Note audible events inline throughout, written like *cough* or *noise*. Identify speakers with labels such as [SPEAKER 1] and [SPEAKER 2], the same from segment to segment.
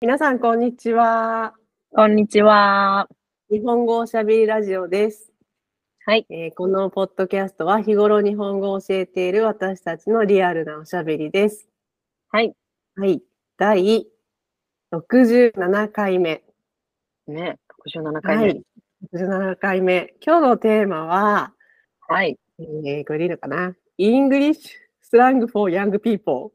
[SPEAKER 1] 皆さん、こんにちは。
[SPEAKER 2] こんにちは。
[SPEAKER 1] 日本語おしゃべりラジオです。
[SPEAKER 2] はい。
[SPEAKER 1] えーこのポッドキャストは日頃日本語を教えている私たちのリアルなおしゃべりです。
[SPEAKER 2] はい。
[SPEAKER 1] はい。第67回目。
[SPEAKER 2] ね、67回目。
[SPEAKER 1] は
[SPEAKER 2] はいい。。
[SPEAKER 1] 67回目。今日のテーマは、えーこれでいいのかな ?English slang for young people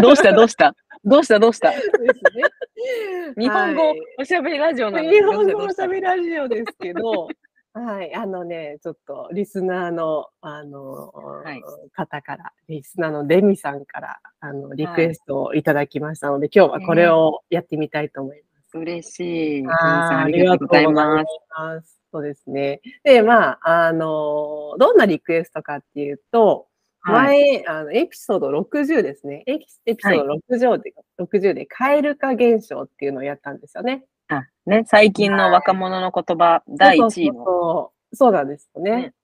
[SPEAKER 2] どうしたどうしたどうしたどうした
[SPEAKER 1] *laughs* ですね
[SPEAKER 2] 日本
[SPEAKER 1] は
[SPEAKER 2] 語
[SPEAKER 1] い
[SPEAKER 2] おしゃべりラジオなのに
[SPEAKER 1] 日本語おしゃ
[SPEAKER 2] り
[SPEAKER 1] べりラジオですけど、はい、あのね、ちょっとリスナーの、あの、
[SPEAKER 2] い
[SPEAKER 1] 方から、リスナーのデミさんから、あの、リクエストをいただきましたので、今日はこれをやってみたいと思います。
[SPEAKER 2] 嬉しい。
[SPEAKER 1] あー
[SPEAKER 2] ありがとうございます。
[SPEAKER 1] あそうですね。で、まあ、あの、どんなリクエストかっていうと、
[SPEAKER 2] はい。
[SPEAKER 1] 前、あのエピソード60ですね。エピエピソード60で、60で、蛙化現象っていうのをやったんですよね。
[SPEAKER 2] あね、最近の若者の言葉、第1
[SPEAKER 1] そ
[SPEAKER 2] 位
[SPEAKER 1] うそう
[SPEAKER 2] の。
[SPEAKER 1] そうそうなんですよね。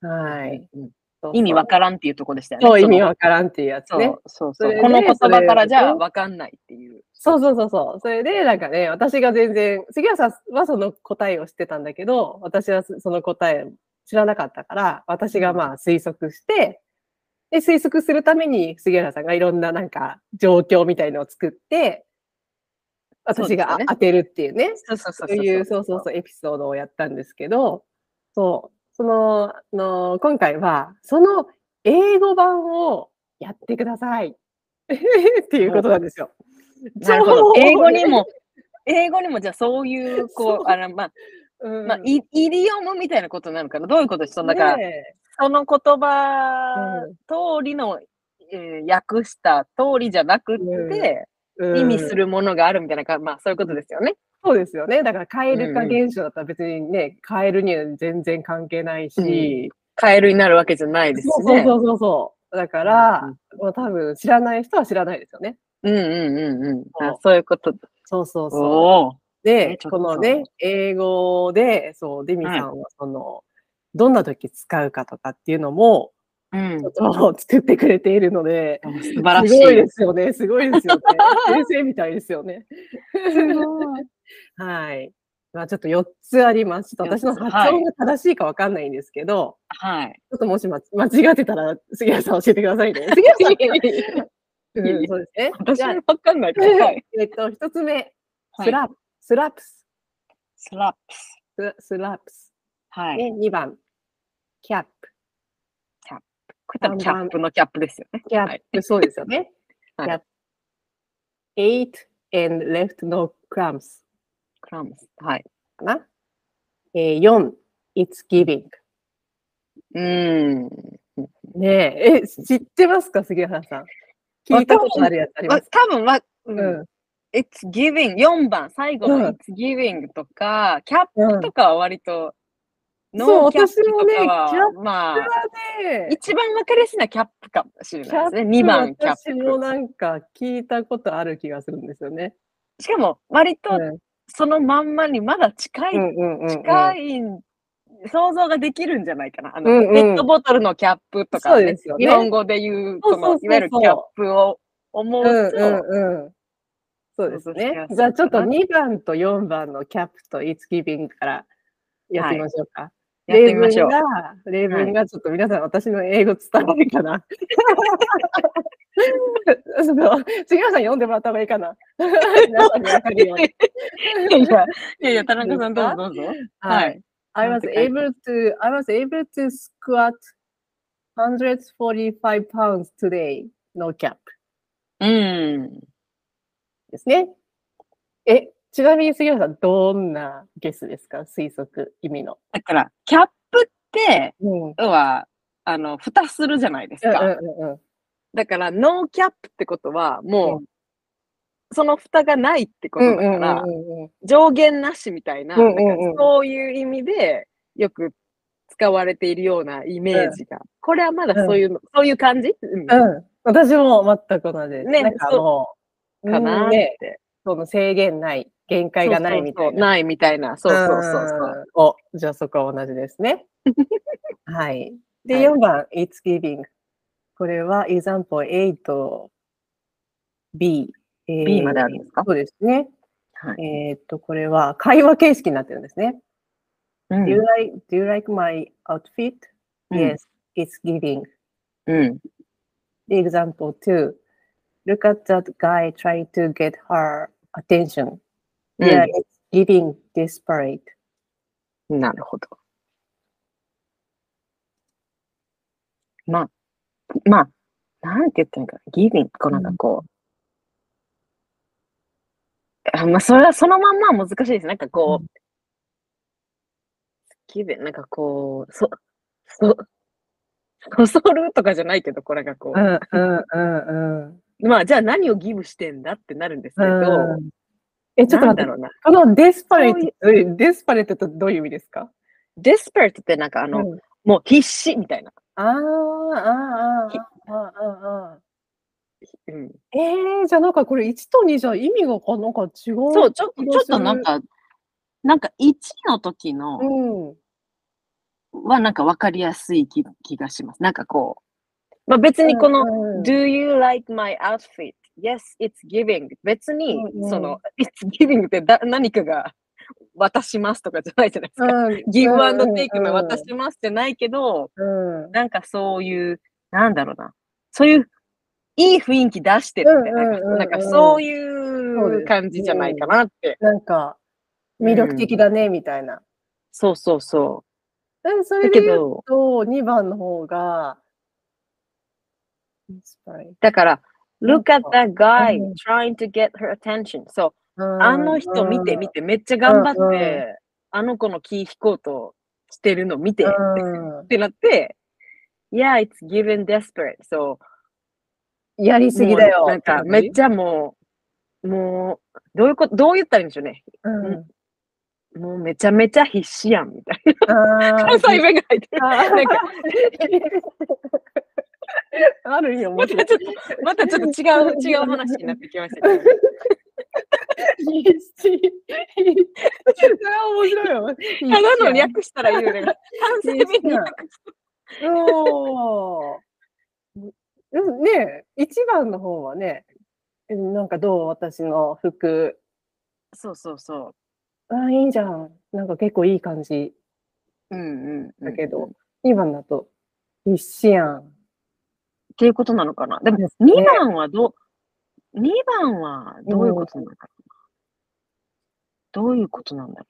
[SPEAKER 1] はい。
[SPEAKER 2] うん
[SPEAKER 1] そうそう
[SPEAKER 2] 意味わからんっていうとこでしたよね。
[SPEAKER 1] そう、
[SPEAKER 2] そ
[SPEAKER 1] 意
[SPEAKER 2] の
[SPEAKER 1] 味わからんっていうやつね。
[SPEAKER 2] そ
[SPEAKER 1] そ
[SPEAKER 2] うそう
[SPEAKER 1] れ
[SPEAKER 2] そう。
[SPEAKER 1] で
[SPEAKER 2] この言葉からじ
[SPEAKER 1] それ
[SPEAKER 2] ゃ
[SPEAKER 1] で
[SPEAKER 2] わかんないっていう。
[SPEAKER 1] そうそうそうそう。それで、なんかね、私が全然、杉原さんはその答えを知ってたんだけど、私はそその答え知らなかったから、私がまあ推測して、で、推測するために杉原さんがいろんななんか状況みたいのを作って、
[SPEAKER 2] そう
[SPEAKER 1] 私
[SPEAKER 2] でした
[SPEAKER 1] が
[SPEAKER 2] ね
[SPEAKER 1] 当てるっていうね。
[SPEAKER 2] そうそうそう
[SPEAKER 1] そういう、そうそうそう、エピソードをやったんですけど、そう、その、あの今回は、その英語版をやってください。 *laughs* っていうことなんですよ。
[SPEAKER 2] *laughs* なるほど
[SPEAKER 1] 超
[SPEAKER 2] 英語にも、英語にもじゃあそういう、こう、あの、まあ、
[SPEAKER 1] *laughs* うん、
[SPEAKER 2] まあ、イイディオムみたいなことなのかなどういうことでしょうだから、
[SPEAKER 1] ねえ
[SPEAKER 2] その言葉
[SPEAKER 1] う
[SPEAKER 2] 通りの、えー訳した通りじゃなくって、
[SPEAKER 1] うん
[SPEAKER 2] 意味するものがあるみたいなか、まあそういうことですよね。
[SPEAKER 1] そうですよね。だから、カエル化
[SPEAKER 2] うんう
[SPEAKER 1] 現象だったら別にね、カエルには全然関係ないし、
[SPEAKER 2] カエルになるわけじゃないです
[SPEAKER 1] そう
[SPEAKER 2] し
[SPEAKER 1] そう
[SPEAKER 2] ね。
[SPEAKER 1] そうそうそう。だから、
[SPEAKER 2] うん
[SPEAKER 1] まあ、多分知らない人は知らないですよね。
[SPEAKER 2] うんうんうんうん。
[SPEAKER 1] そ
[SPEAKER 2] あ
[SPEAKER 1] う
[SPEAKER 2] そういうこと。
[SPEAKER 1] そうそうそう。
[SPEAKER 2] おお。
[SPEAKER 1] で
[SPEAKER 2] ね、ちょっ
[SPEAKER 1] ことのね、英語で、そう、デミさんは、その、どんな時使うかとかっていうのも、
[SPEAKER 2] うん
[SPEAKER 1] ちょ。っと作ってくれているので、
[SPEAKER 2] 素晴らしい。
[SPEAKER 1] すごいですよね、すごい
[SPEAKER 2] *laughs*
[SPEAKER 1] ですよね。先生みたいですよね。はい。まあちょっと4つあります。ちょっと私の
[SPEAKER 2] 四つ
[SPEAKER 1] 発音が正しいかわかんないんですけど、
[SPEAKER 2] はい。
[SPEAKER 1] ちょっともしま間違ってたら、杉原さん教えてください
[SPEAKER 2] *laughs*
[SPEAKER 1] ね。杉原さん、うん、そうですね。
[SPEAKER 2] 私
[SPEAKER 1] じゃあ
[SPEAKER 2] もわかんないから。はい。
[SPEAKER 1] えっと、1つ目、
[SPEAKER 2] はい
[SPEAKER 1] スラップ、スラップス、
[SPEAKER 2] スラップス。
[SPEAKER 1] ススラップス。
[SPEAKER 2] はい。
[SPEAKER 1] ね、2番、キャップ。
[SPEAKER 2] これ多分キャップのキャップですよね。
[SPEAKER 1] キャップ、
[SPEAKER 2] はい
[SPEAKER 1] そうですよね。
[SPEAKER 2] *laughs* はい
[SPEAKER 1] キャップ。Eight and left no crumbs
[SPEAKER 2] クラムス。はい。
[SPEAKER 1] かな。えー、4、It's giving。
[SPEAKER 2] うーん。
[SPEAKER 1] ねえ、え、知ってますか、杉原さん。聞いたことあるやつありま
[SPEAKER 2] わ
[SPEAKER 1] す。
[SPEAKER 2] 多分わ、う
[SPEAKER 1] うんん。
[SPEAKER 2] It's giving 4番最後
[SPEAKER 1] うん
[SPEAKER 2] の It's giving とか、キャッ
[SPEAKER 1] うん
[SPEAKER 2] プとかは割と、
[SPEAKER 1] そう
[SPEAKER 2] ノーキャップとかは
[SPEAKER 1] 私もね
[SPEAKER 2] ま
[SPEAKER 1] これ
[SPEAKER 2] あ
[SPEAKER 1] はね、
[SPEAKER 2] 一番わかりやすいのはキャップかもしれ
[SPEAKER 1] キ
[SPEAKER 2] ない
[SPEAKER 1] ャ
[SPEAKER 2] で
[SPEAKER 1] ッ
[SPEAKER 2] すね
[SPEAKER 1] プ
[SPEAKER 2] 2番キャッ
[SPEAKER 1] 私も
[SPEAKER 2] プ
[SPEAKER 1] なんか聞いたことある気がするんですよね。
[SPEAKER 2] しかも割と
[SPEAKER 1] うん
[SPEAKER 2] そのまんまにまだ近い、
[SPEAKER 1] うんうんうんうん
[SPEAKER 2] 近い想像ができるんじゃないかなあの、
[SPEAKER 1] うんうん
[SPEAKER 2] ペットボトルのキャップと
[SPEAKER 1] そ
[SPEAKER 2] か、
[SPEAKER 1] うですよね
[SPEAKER 2] 日本語で言う
[SPEAKER 1] そう
[SPEAKER 2] こ
[SPEAKER 1] そうそうそう
[SPEAKER 2] のいわゆるキャップを思うと、
[SPEAKER 1] うんうんうん。そうです
[SPEAKER 2] 想像し
[SPEAKER 1] ね
[SPEAKER 2] やす。い
[SPEAKER 1] じゃあちょっと
[SPEAKER 2] かな
[SPEAKER 1] 2番と4番のキャップと It's Giving からやってみましょうか。
[SPEAKER 2] やってみましょう
[SPEAKER 1] 例文が、例文がちょっと皆さん、私の英語伝わるかな。その杉原さん読んでもらった方がいいか
[SPEAKER 2] *laughs*
[SPEAKER 1] な。皆さんにわかるように。
[SPEAKER 2] いやいやいや田中さんどうぞどうぞはい。
[SPEAKER 1] I
[SPEAKER 2] な
[SPEAKER 1] was
[SPEAKER 2] んて書いて
[SPEAKER 1] able to, I was able to squat 145 pounds today. No cap.
[SPEAKER 2] うん
[SPEAKER 1] ですね。え、ちなみに杉原さん、どんなゲスですか推測、意味の。
[SPEAKER 2] だから、キャップって、
[SPEAKER 1] うん。うん
[SPEAKER 2] 要は、あの、蓋するじゃないです
[SPEAKER 1] う
[SPEAKER 2] か。
[SPEAKER 1] んうんうん。
[SPEAKER 2] だから、ノーキャップってことは、もう、
[SPEAKER 1] う
[SPEAKER 2] その蓋がないってこ
[SPEAKER 1] う
[SPEAKER 2] とだ
[SPEAKER 1] ん
[SPEAKER 2] か
[SPEAKER 1] う
[SPEAKER 2] ら、
[SPEAKER 1] んうんうん。
[SPEAKER 2] 上限なしみたいな、
[SPEAKER 1] うんうんうん
[SPEAKER 2] なんかそういう意味で、よく使われているようなイメージが。これはまだそういうの、そういう感じ、うん
[SPEAKER 1] うん、私も全く同じです。
[SPEAKER 2] ね
[SPEAKER 1] なんかもう、
[SPEAKER 2] かな
[SPEAKER 1] うん
[SPEAKER 2] っ
[SPEAKER 1] ね、
[SPEAKER 2] て。
[SPEAKER 1] その制限ない、限界がないみたいな。
[SPEAKER 2] ないみたいな。そうそうそうそう。
[SPEAKER 1] うんお、じゃあそこは同じです
[SPEAKER 2] *laughs*
[SPEAKER 1] ね。はい。で、
[SPEAKER 2] はい
[SPEAKER 1] 4番、It's giving。これは、example 8B。え
[SPEAKER 2] B まであるんですか
[SPEAKER 1] そうですね。
[SPEAKER 2] は
[SPEAKER 1] えーっと、これは会話形式になってるんですね。
[SPEAKER 2] うん
[SPEAKER 1] Do you like, do you like my outfit?
[SPEAKER 2] うん
[SPEAKER 1] Yes, it's giving.
[SPEAKER 2] うん。
[SPEAKER 1] The example two. Look at that guy trying to get her attention.
[SPEAKER 2] うん
[SPEAKER 1] Yeah, it's giving desperate.
[SPEAKER 2] なるほど。まあ、まあ、なんて言ったらいいか、ギビン、こうなんかこう、あまあ、それはそのまんまは難しいです。なんかこう、ギビン、なんかこう、そ、そ、そそるとかじゃないけど、これがこう、
[SPEAKER 1] んうんうんうん。
[SPEAKER 2] まあ、じゃあ何をギブしてんだってなるんですけど、
[SPEAKER 1] うんえ、ちょっと
[SPEAKER 2] なん
[SPEAKER 1] 待って、
[SPEAKER 2] だろうな。
[SPEAKER 1] このデスパレ
[SPEAKER 2] そうい
[SPEAKER 1] ット、デスパレットとどういう意味ですか
[SPEAKER 2] デスペレットってなんかあの、
[SPEAKER 1] うん
[SPEAKER 2] もう必死みたいな。
[SPEAKER 1] あーあー、あーあー、あーあー。
[SPEAKER 2] うん、
[SPEAKER 1] えー、じゃあなんかこれ1と2じゃ意味がかなんか違う。
[SPEAKER 2] そう、ちょ
[SPEAKER 1] 移
[SPEAKER 2] ち
[SPEAKER 1] 動
[SPEAKER 2] ょっ
[SPEAKER 1] する
[SPEAKER 2] となんか、なんか1の時の
[SPEAKER 1] うん。
[SPEAKER 2] はなんか分かりやすい気気がします。なんかこう、まあ、別にこの、
[SPEAKER 1] うん
[SPEAKER 2] Do you like my outfit? Yes, it's giving. 別に、
[SPEAKER 1] うんうん
[SPEAKER 2] その、It's giving ってだ何かが渡しますとかじゃないじゃないですか。
[SPEAKER 1] うん、
[SPEAKER 2] Give and take の渡
[SPEAKER 1] 私
[SPEAKER 2] しますじゃないけど、
[SPEAKER 1] うんうん
[SPEAKER 2] なんかそういう、なんだろうな、そういう、いい雰囲気出してるみたいな、
[SPEAKER 1] うんうんうんうん
[SPEAKER 2] なんかそう
[SPEAKER 1] そうで
[SPEAKER 2] い
[SPEAKER 1] す
[SPEAKER 2] う感じじゃないかなって。
[SPEAKER 1] なんか魅力的だねみたいな。
[SPEAKER 2] そうそうそ。
[SPEAKER 1] えそうれ
[SPEAKER 2] だ
[SPEAKER 1] で
[SPEAKER 2] け
[SPEAKER 1] 言う
[SPEAKER 2] ど、
[SPEAKER 1] と2番の方が、Inspire
[SPEAKER 2] だから、
[SPEAKER 1] なん
[SPEAKER 2] look
[SPEAKER 1] か
[SPEAKER 2] at that guy
[SPEAKER 1] うん
[SPEAKER 2] trying to get her attention. そう、
[SPEAKER 1] うん
[SPEAKER 2] あの人見て見て、めっちゃ頑張って、あの子の気引こうとしてるの見て、
[SPEAKER 1] う
[SPEAKER 2] っ
[SPEAKER 1] ん
[SPEAKER 2] てなって、Yeah, it's given desperate. そう。
[SPEAKER 1] やりすぎだよ。
[SPEAKER 2] もうなんか、めっちゃもう、もう、どういうこと、どう言ったらいいんでしょうね。
[SPEAKER 1] うん
[SPEAKER 2] もうめちゃめちゃ必死やん、みたい
[SPEAKER 1] あ
[SPEAKER 2] な。
[SPEAKER 1] ー
[SPEAKER 2] 関西弁が入ってる。
[SPEAKER 1] あー
[SPEAKER 2] *laughs* なんか、
[SPEAKER 1] ある意味面
[SPEAKER 2] ま
[SPEAKER 1] 白
[SPEAKER 2] た
[SPEAKER 1] い
[SPEAKER 2] ちょっと、またちょっと違
[SPEAKER 1] *laughs*
[SPEAKER 2] う、違う話になってきましたけど。
[SPEAKER 1] 必死必死それは面白いよ。
[SPEAKER 2] ただの略したらいいよね。関西弁に略し
[SPEAKER 1] そうねえ、一番の方はね、えなんかどう私の服、
[SPEAKER 2] そうそうそ
[SPEAKER 1] あいいじゃん。なんか結構いい感じ
[SPEAKER 2] う。うんうん。
[SPEAKER 1] だけど、二番だと、必死やん。
[SPEAKER 2] っていうことなのかな。でも
[SPEAKER 1] です、ね
[SPEAKER 2] 2番はど、2番はどういうことなのかな。どういうことなんだろ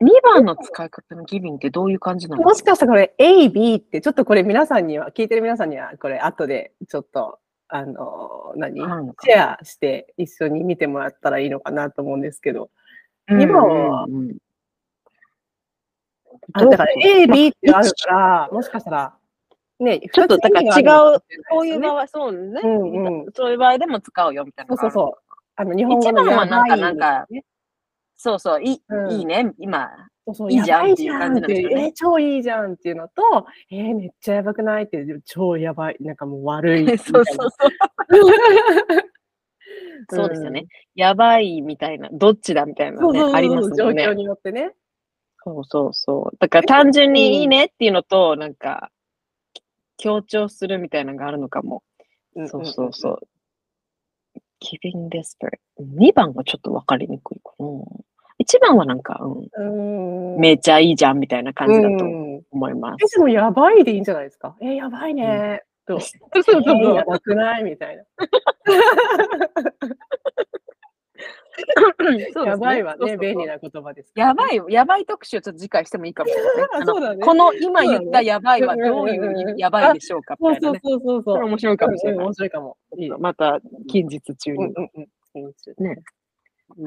[SPEAKER 2] う。2番の使い方のギビンってどういう感じなの
[SPEAKER 1] もしかしたらこれ A、B って、ちょっとこれ皆さんには、聞いてる皆さんには、これ後でちょっと、あのー、何
[SPEAKER 2] あるのか
[SPEAKER 1] シェアして一緒に見てもらったらいいのかなと思うんですけど。
[SPEAKER 2] うん
[SPEAKER 1] 二番は
[SPEAKER 2] うんうん
[SPEAKER 1] あだから A、B ってある
[SPEAKER 2] 一
[SPEAKER 1] から、もしかしたら、ね、
[SPEAKER 2] ちょっとだから違う、そういう場
[SPEAKER 1] 合。
[SPEAKER 2] 合、そうね。
[SPEAKER 1] うんうん
[SPEAKER 2] そういう場合でも使うよみたい
[SPEAKER 1] そ
[SPEAKER 2] な
[SPEAKER 1] うそう
[SPEAKER 2] う。
[SPEAKER 1] そう。あの、日本語
[SPEAKER 2] 1
[SPEAKER 1] の
[SPEAKER 2] 番
[SPEAKER 1] やば
[SPEAKER 2] はいなんか、なんか、そうそう、いい,、
[SPEAKER 1] うん
[SPEAKER 2] いいね、今。
[SPEAKER 1] そうそう、
[SPEAKER 2] いい
[SPEAKER 1] や
[SPEAKER 2] じゃ
[SPEAKER 1] ば
[SPEAKER 2] ん
[SPEAKER 1] い
[SPEAKER 2] ってい
[SPEAKER 1] じ
[SPEAKER 2] う
[SPEAKER 1] ゃ
[SPEAKER 2] 感
[SPEAKER 1] ん
[SPEAKER 2] じ
[SPEAKER 1] っ
[SPEAKER 2] なん
[SPEAKER 1] て
[SPEAKER 2] です
[SPEAKER 1] い
[SPEAKER 2] か
[SPEAKER 1] う、
[SPEAKER 2] ね
[SPEAKER 1] えー、超いいじゃんっていうのと、えー、めっちゃやばくないって、でも超やばい、なんかもう悪い。*laughs*
[SPEAKER 2] *laughs* そうそうそう。そうですよね。やばいみたいな、どっちだみたいな
[SPEAKER 1] そう
[SPEAKER 2] ね、
[SPEAKER 1] そうそう
[SPEAKER 2] あります
[SPEAKER 1] 状
[SPEAKER 2] もんね
[SPEAKER 1] 況。によってね。
[SPEAKER 2] そうそうそう。だから単純にいいねっていうのと、なんか、強調するみたいなのがあるのかも。
[SPEAKER 1] んん
[SPEAKER 2] そうそうそう。giving desperate。2番はちょっと分かりにくいかな。1番はなんか、うん、
[SPEAKER 1] うん。
[SPEAKER 2] めちゃいいじゃんみたいな感じだ
[SPEAKER 1] う
[SPEAKER 2] と
[SPEAKER 1] ん
[SPEAKER 2] 思いま
[SPEAKER 1] え、でもやばいでいいんじゃないですか。えー、やばいね。と、
[SPEAKER 2] す。そうそう
[SPEAKER 1] えー
[SPEAKER 2] そ
[SPEAKER 1] や
[SPEAKER 2] う。
[SPEAKER 1] ばくないみた
[SPEAKER 2] *laughs*
[SPEAKER 1] いな。やばいはね、便利
[SPEAKER 2] な。
[SPEAKER 1] な言葉ですから
[SPEAKER 2] やばい、やばい特集をちょっと次回してもいいかもしれないね
[SPEAKER 1] あ
[SPEAKER 2] あの
[SPEAKER 1] そうだね。
[SPEAKER 2] この今言ったやばいはどういう意味やばいでしょうかみ
[SPEAKER 1] そう
[SPEAKER 2] たい
[SPEAKER 1] そう
[SPEAKER 2] な
[SPEAKER 1] そ
[SPEAKER 2] ね。
[SPEAKER 1] うそう
[SPEAKER 2] そ
[SPEAKER 1] そ
[SPEAKER 2] れ
[SPEAKER 1] う。
[SPEAKER 2] 面白いかもしれ
[SPEAKER 1] うん
[SPEAKER 2] ない
[SPEAKER 1] 面。白いかも。いい。
[SPEAKER 2] また近日中
[SPEAKER 1] うん
[SPEAKER 2] に。
[SPEAKER 1] うんうん。
[SPEAKER 2] ね。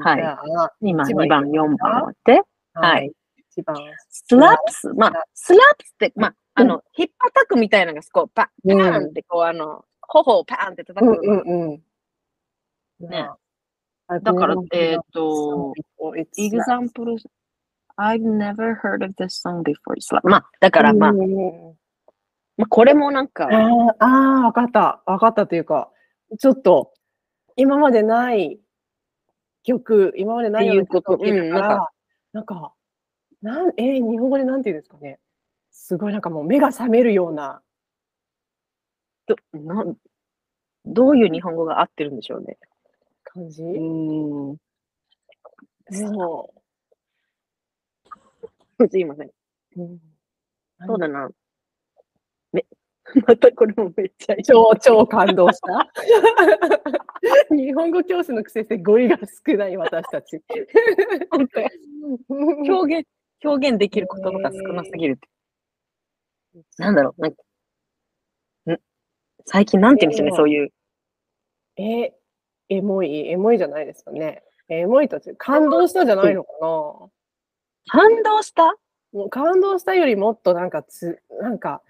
[SPEAKER 1] は
[SPEAKER 2] はいい
[SPEAKER 1] いじゃあ。
[SPEAKER 2] 今、
[SPEAKER 1] 一番
[SPEAKER 2] 2番、4番あって。はい。
[SPEAKER 1] 一番。
[SPEAKER 2] スラップス。まあ、スラップスって、まあ、
[SPEAKER 1] う
[SPEAKER 2] あ
[SPEAKER 1] ん
[SPEAKER 2] の、ひっぱたくみたいなのが、こう、パ
[SPEAKER 1] うん
[SPEAKER 2] パーンって、こう、あの、頬をパーンって叩く。
[SPEAKER 1] んうん
[SPEAKER 2] ね。
[SPEAKER 1] あ
[SPEAKER 2] だから、えっ
[SPEAKER 1] っ
[SPEAKER 2] と、example, I've never heard of this song before. スラップまあ、だから、まあ、まあこれもなん
[SPEAKER 1] あ
[SPEAKER 2] か、
[SPEAKER 1] ーあー、わかった。わかったというか、ちょっと、今までない曲、今までないような曲を
[SPEAKER 2] っていう
[SPEAKER 1] 聞いた
[SPEAKER 2] こと
[SPEAKER 1] から、なんか、なん、えー、日本語でなんて言うんですかね。すごいなんかもう目が覚めるような。
[SPEAKER 2] どなんどういう日本語が合ってるんでしょうね。
[SPEAKER 1] 感じ、
[SPEAKER 3] うん。
[SPEAKER 1] も
[SPEAKER 3] すいません。
[SPEAKER 1] う、
[SPEAKER 3] そうだな。ね。またこれもめっちゃいい。
[SPEAKER 1] 超、超感動した。 *laughs* 日本語教師のくせして語彙が少ない私たち。今
[SPEAKER 2] 表現、表現できる言葉が少なすぎるって。なんだろう、なんか、ん最近なんて言うんでしょうね、
[SPEAKER 1] ねえ
[SPEAKER 2] そういう。
[SPEAKER 1] 日え、エモい、エモいじゃないですかね。エモいと違う感動したじゃないのかな。
[SPEAKER 2] 感動した
[SPEAKER 1] もう感動したよりもっとなんかつ、なんか、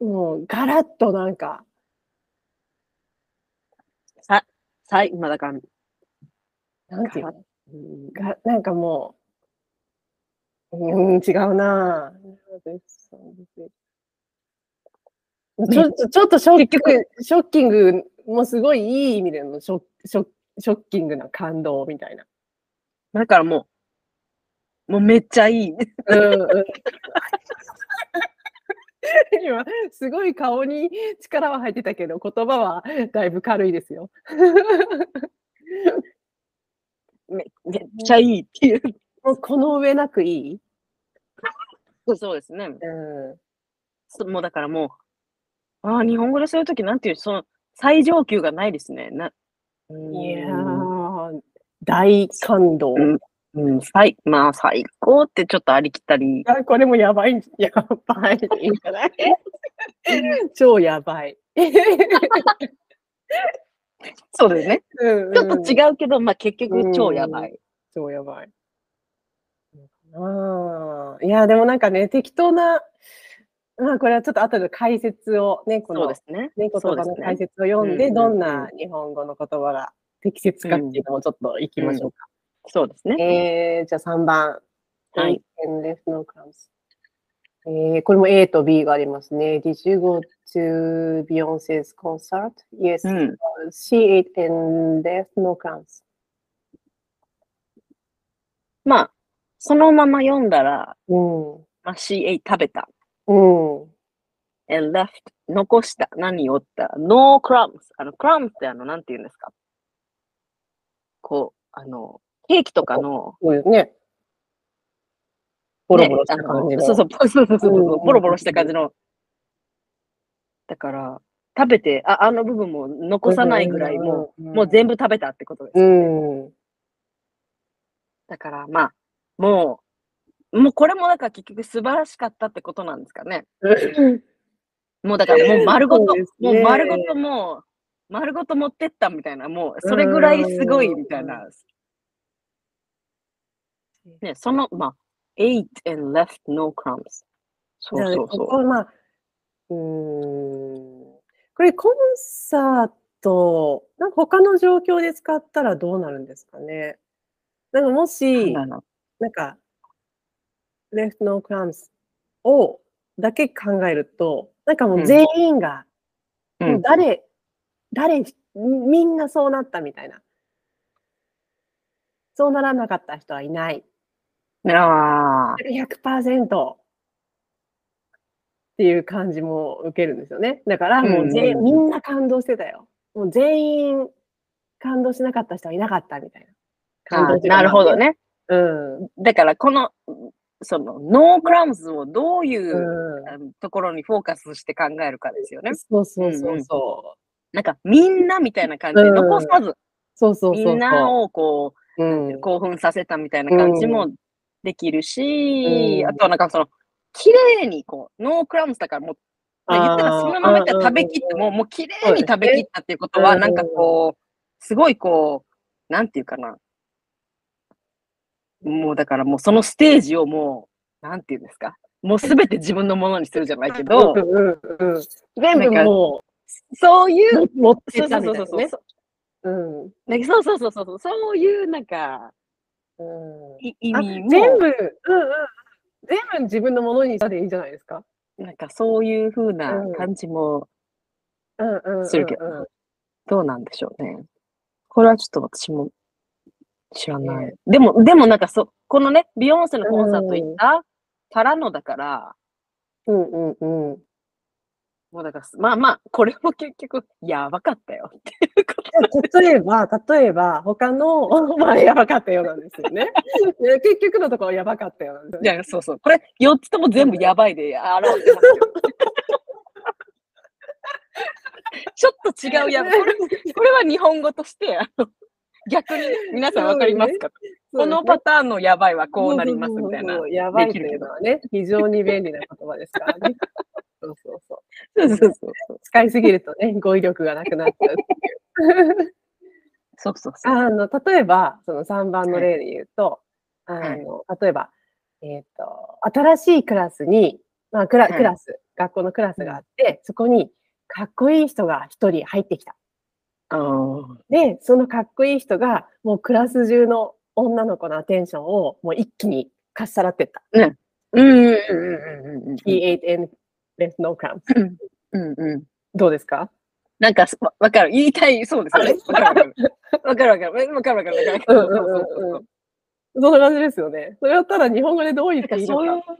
[SPEAKER 1] もうガラッとなんか、
[SPEAKER 2] さい、今だから、
[SPEAKER 1] なんていうの
[SPEAKER 2] うん
[SPEAKER 1] がなんかもう、うん、違うなぁ。ちょっと、ちょっとショック、ショッキングもすごいいい意味でのショショショッキングな感動みたいな。
[SPEAKER 2] だからもう、もうめっちゃいい。
[SPEAKER 1] うんうん、 *laughs* 今、すごい顔に力は入ってたけど、言葉はだいぶ軽いですよ。
[SPEAKER 2] めめっちゃいいっていう。
[SPEAKER 1] もうこの上なくいい、
[SPEAKER 2] そうですね。
[SPEAKER 1] うん、
[SPEAKER 2] そもうだからもう、ああ、日本語でそういうときなんていう、その、最上級がないですね。な、うん
[SPEAKER 1] いやー、大感動。
[SPEAKER 2] うんうん、最、まあ、最高ってちょっとありきたり。
[SPEAKER 1] あ、これもやばいん、やばい、いいんじゃない超やばい。
[SPEAKER 2] そうですね。
[SPEAKER 1] うんうん
[SPEAKER 2] ちょっと違うけど、まあ結局超やばい。
[SPEAKER 1] 超やばい。あーいや、でもなんかね、適当な、まあこれはちょっと後で解説をね、こ
[SPEAKER 2] そう
[SPEAKER 1] の
[SPEAKER 2] ですね。
[SPEAKER 1] ね、言葉
[SPEAKER 2] そう
[SPEAKER 1] の
[SPEAKER 2] ですね
[SPEAKER 1] 解説を読んで、
[SPEAKER 2] うんうん
[SPEAKER 1] ど
[SPEAKER 2] うんん
[SPEAKER 1] な日本語の言葉が適切かっていうのもちょっといきましょうか。
[SPEAKER 2] そうですね。
[SPEAKER 1] えー、じゃあ3番。
[SPEAKER 2] はい。
[SPEAKER 1] Endless no crumbs えー、これも A と B がありますね。Did you go to Beyonce's concert? Yes,、
[SPEAKER 2] うん。
[SPEAKER 1] she ate endless no crumbs.
[SPEAKER 2] まあ、そのまま読んだら、
[SPEAKER 1] うん。
[SPEAKER 2] まあ、CA 食べた。
[SPEAKER 1] うん。
[SPEAKER 2] and left 残した。何をった ?no crumbs. あの、crumbs ってあの、なんて言うんですかこう、あの、ケーキとかの、
[SPEAKER 1] そうですね。ボロボロした感じ
[SPEAKER 2] ね
[SPEAKER 1] の。
[SPEAKER 2] あのそうそう、そうそうそうそう
[SPEAKER 1] うんうんうん
[SPEAKER 2] ボロボロした感じの。だから、食べて、あ、あの部分も残さないぐらい、も
[SPEAKER 1] う
[SPEAKER 2] う、
[SPEAKER 1] ん、
[SPEAKER 2] もう全部食べたってことです。
[SPEAKER 1] うん。
[SPEAKER 2] *laughs* だから、まあ、もう、もうこれもだから結局素晴らしかったってことなんですかね。もうだからもう丸ご
[SPEAKER 1] そ
[SPEAKER 2] と、
[SPEAKER 1] うです
[SPEAKER 2] も
[SPEAKER 1] ね
[SPEAKER 2] う丸ごともう、丸ごと持ってったみたいな、もうそれぐらいすごいみたいな。ね、その、まあ、ate and left no crumbs。そう
[SPEAKER 1] なので
[SPEAKER 2] そう
[SPEAKER 1] ここ
[SPEAKER 2] そ
[SPEAKER 1] はまあ、うーん、これコンサート、なんか他の状況で使ったらどうなるんですかね。なんかも
[SPEAKER 2] う。
[SPEAKER 1] し、
[SPEAKER 2] なんだろう
[SPEAKER 1] なんか、Left No Crumbs をだけ考えると、なんかもう全員が、
[SPEAKER 2] うん
[SPEAKER 1] もう誰、誰、みんなそうなったみたいな。そうならなかった人はいない。
[SPEAKER 2] ああ、
[SPEAKER 1] 100%っていう感じも受けるんですよね。だからもう全、
[SPEAKER 2] うんうん
[SPEAKER 1] みんな感動してたよ。もう全員感動しなかった人はいなかったみたいな。感動っていうか
[SPEAKER 2] なるほど。ね。
[SPEAKER 1] うん。うん
[SPEAKER 2] だから、この、その、ノークラムズをどういう、あのところにフォーカスして考えるかですよね。
[SPEAKER 1] そうそうそうそ
[SPEAKER 2] なんか、みんなみたいな感じで、
[SPEAKER 1] うん
[SPEAKER 2] 残さず、
[SPEAKER 1] う。そうそうそうそう。
[SPEAKER 2] みんなをこ
[SPEAKER 1] うん、
[SPEAKER 2] う、興奮させたみたいな感じもできるし、
[SPEAKER 1] うん
[SPEAKER 2] あとはなんかその、綺麗にこう、ノークラムズだからもう、言ったら
[SPEAKER 1] あー
[SPEAKER 2] そのままやったら食べきって
[SPEAKER 1] うん
[SPEAKER 2] も、もう綺麗に食べきったっていうことは、
[SPEAKER 1] そうです
[SPEAKER 2] なん
[SPEAKER 1] ね
[SPEAKER 2] かこう、すごいこう、なんていうかな。もうだからもうそのステージをもう、なんていうんですか。もうすべて自分のものにするじゃないけど
[SPEAKER 1] う、んうんうん、全部も
[SPEAKER 2] そういう、
[SPEAKER 1] う持って
[SPEAKER 2] そうそ
[SPEAKER 1] た
[SPEAKER 2] う
[SPEAKER 1] み
[SPEAKER 2] そ
[SPEAKER 1] た
[SPEAKER 2] う
[SPEAKER 1] いな
[SPEAKER 2] そう、
[SPEAKER 1] ね。うんう
[SPEAKER 2] なんかそうそうそうそう、そういうなんか、
[SPEAKER 1] ん
[SPEAKER 2] い意
[SPEAKER 1] あ
[SPEAKER 2] 味も、
[SPEAKER 1] 全部、うんうん、全部自分のものにしたでいいんじゃないですか。
[SPEAKER 2] なんかそういうふうな
[SPEAKER 1] うん
[SPEAKER 2] 感じも、
[SPEAKER 1] うんうんうんうん
[SPEAKER 2] するけどどうなんでしょうね。これはちょっと私も知らない。でも、でもなんかそ、このね、ビヨンセのコンサート行ったからのだから、
[SPEAKER 1] うんうんうん。
[SPEAKER 3] もうだから、まあまあ、これも結局、やばかったよっていうこと。
[SPEAKER 1] 例えば、 *laughs* 例えば、他の、 *laughs* まあ、やばかったようなんです
[SPEAKER 3] *laughs*
[SPEAKER 1] よね。ね結局のところ、やばかったようなんですよね
[SPEAKER 3] いや、そうそう。これ、4つとも全部やばいで表してますけど。
[SPEAKER 2] *laughs*
[SPEAKER 3] ちょっと違うやばい。こ
[SPEAKER 1] *laughs*
[SPEAKER 3] れこれは日本語として、あの逆にね皆さんわかりますか、このパターンのやばいはこうなりますみたいな。そ
[SPEAKER 1] そうそうそうそうやばい
[SPEAKER 3] でき
[SPEAKER 1] と
[SPEAKER 3] る
[SPEAKER 1] い
[SPEAKER 3] け
[SPEAKER 1] う
[SPEAKER 3] ど
[SPEAKER 1] のはね、非常に便利な言葉です
[SPEAKER 3] *laughs*
[SPEAKER 1] からね。そうそうそう。
[SPEAKER 3] うそうそう。
[SPEAKER 1] 使いすぎるとね、語彙力がなくなっちゃうっていう。
[SPEAKER 2] そうそうそう。
[SPEAKER 1] あの、例えば、その3番の例で言うと、
[SPEAKER 3] い
[SPEAKER 1] あの、例えば、えっ、と、新しいクラスに、まあ、クラ
[SPEAKER 3] はい
[SPEAKER 1] クラス、学校のクラスがあって、そこに、かっこいい人が1人入ってきた。で、そのかっこいい人が、もうクラス中の女の子のアテンションを、もう一気にかっさらってった。
[SPEAKER 3] うんうんうんうんうん
[SPEAKER 1] T8N left no crumbs。
[SPEAKER 3] うんうん。
[SPEAKER 1] どうですか
[SPEAKER 3] なんか、わわかる。言いたい、そうですよね。わかるわかる。わかるわかるわかるわかるわかる。
[SPEAKER 1] うんうんうん
[SPEAKER 3] そうそうそ
[SPEAKER 1] うん
[SPEAKER 3] う
[SPEAKER 1] そんな感じですよね。それをただ日本語でどう言っていいの
[SPEAKER 2] そうい
[SPEAKER 1] か
[SPEAKER 2] う、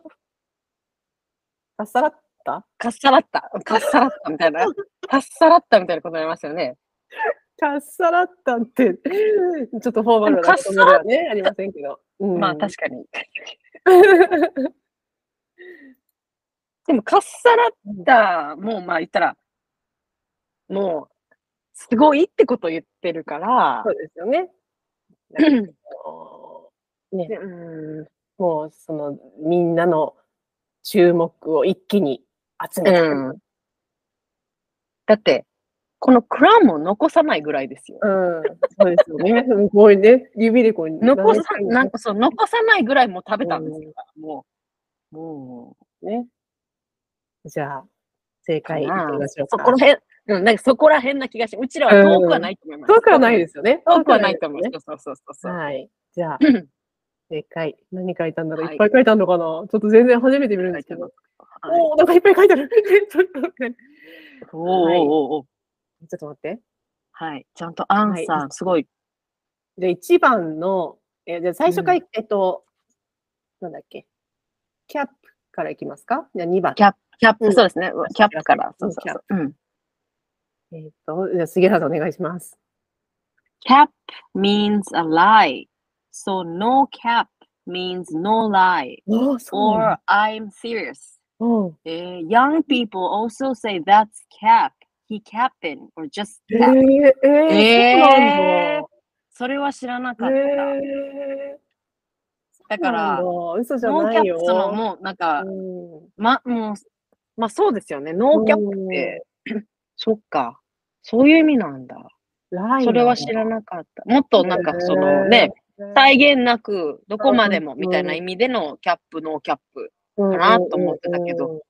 [SPEAKER 1] かっさらった
[SPEAKER 3] かっさらった。かっさらったみたいな。かっさらったみたいなことになりますよね。
[SPEAKER 1] かっさらったって、 *laughs* ちょっとフォーマルな
[SPEAKER 3] かっ
[SPEAKER 1] 言
[SPEAKER 3] さ
[SPEAKER 1] 葉ではね、ありませんけど。うん
[SPEAKER 3] まあ、確かに。
[SPEAKER 1] かに。
[SPEAKER 3] でも、かっさらった、もう、まあ、言ったら、もう、すごいってことを言ってるから
[SPEAKER 1] *laughs* そ、うですよね。ね、
[SPEAKER 3] うん
[SPEAKER 1] もう、その、みんなの注目を一気に集めた。
[SPEAKER 3] うんだって、このクラムを残さないぐらいですよ。
[SPEAKER 1] うん、そうですよね。すごいね。指でこう、
[SPEAKER 3] 残さ、
[SPEAKER 1] 何
[SPEAKER 3] なんかそう、残さないぐらいもう食べたんですよ。も
[SPEAKER 2] も
[SPEAKER 1] ね。じゃあ、正解いき
[SPEAKER 3] かな
[SPEAKER 1] ましょう
[SPEAKER 3] う、そ
[SPEAKER 1] か。
[SPEAKER 3] こら辺、うん、なんかそこら辺な気がして、うちらは遠くはないと思います。
[SPEAKER 1] 遠くはないですよね。
[SPEAKER 3] 遠くはないと思い
[SPEAKER 1] ね
[SPEAKER 3] ます。そうそうそうそう。
[SPEAKER 1] はい。じゃあ、正解。何書いたんだろう、
[SPEAKER 3] はい
[SPEAKER 1] い、っぱい書いたのかなちょっと全然初めて見るんですけど。おおなんかいっぱい書いてある。 *laughs* ちょっと待って
[SPEAKER 2] う、おーおーおーおー
[SPEAKER 1] ちょっと待って。
[SPEAKER 2] はい。ちゃんとアンさん、すごい。
[SPEAKER 1] で、1番の、えーじゃあ最初から、
[SPEAKER 2] う
[SPEAKER 1] えっと、なんだっけ。キャップからいきますかじゃあ2番。
[SPEAKER 2] キャップ、キャップ、
[SPEAKER 1] うん
[SPEAKER 2] そうですね。キャップから。そうそうそう。うん。
[SPEAKER 1] えっと、じゃあ杉原さんお願いします。
[SPEAKER 2] Cap means a lie. So no cap means no lie.
[SPEAKER 1] ああ、
[SPEAKER 2] Or I'm serious.
[SPEAKER 1] うん。
[SPEAKER 2] Uh, young people also say that's cap. He capping or just
[SPEAKER 1] え
[SPEAKER 2] cap.
[SPEAKER 1] ー、えー、そうなん
[SPEAKER 2] え
[SPEAKER 1] だ。
[SPEAKER 2] それは知らなかった。
[SPEAKER 1] へえ
[SPEAKER 2] だから、ノ
[SPEAKER 1] そうなんだ嘘じゃ
[SPEAKER 2] ー
[SPEAKER 1] な
[SPEAKER 2] キャ
[SPEAKER 1] い
[SPEAKER 2] ッ
[SPEAKER 1] よ。
[SPEAKER 2] プそのもうなんか、
[SPEAKER 1] うん
[SPEAKER 2] ま、もう、
[SPEAKER 3] まあそうですよね。ノーキャップって、
[SPEAKER 2] *coughs* そっか。そういう意味なんだ。
[SPEAKER 1] ライン
[SPEAKER 2] それは知らなかった。もっとなんかそのね、
[SPEAKER 1] イ
[SPEAKER 2] 際限なく、どこまでも
[SPEAKER 1] うん
[SPEAKER 2] みたいな意味でのキャップ、ノーキャップ。
[SPEAKER 1] か
[SPEAKER 2] なと思ってたけど。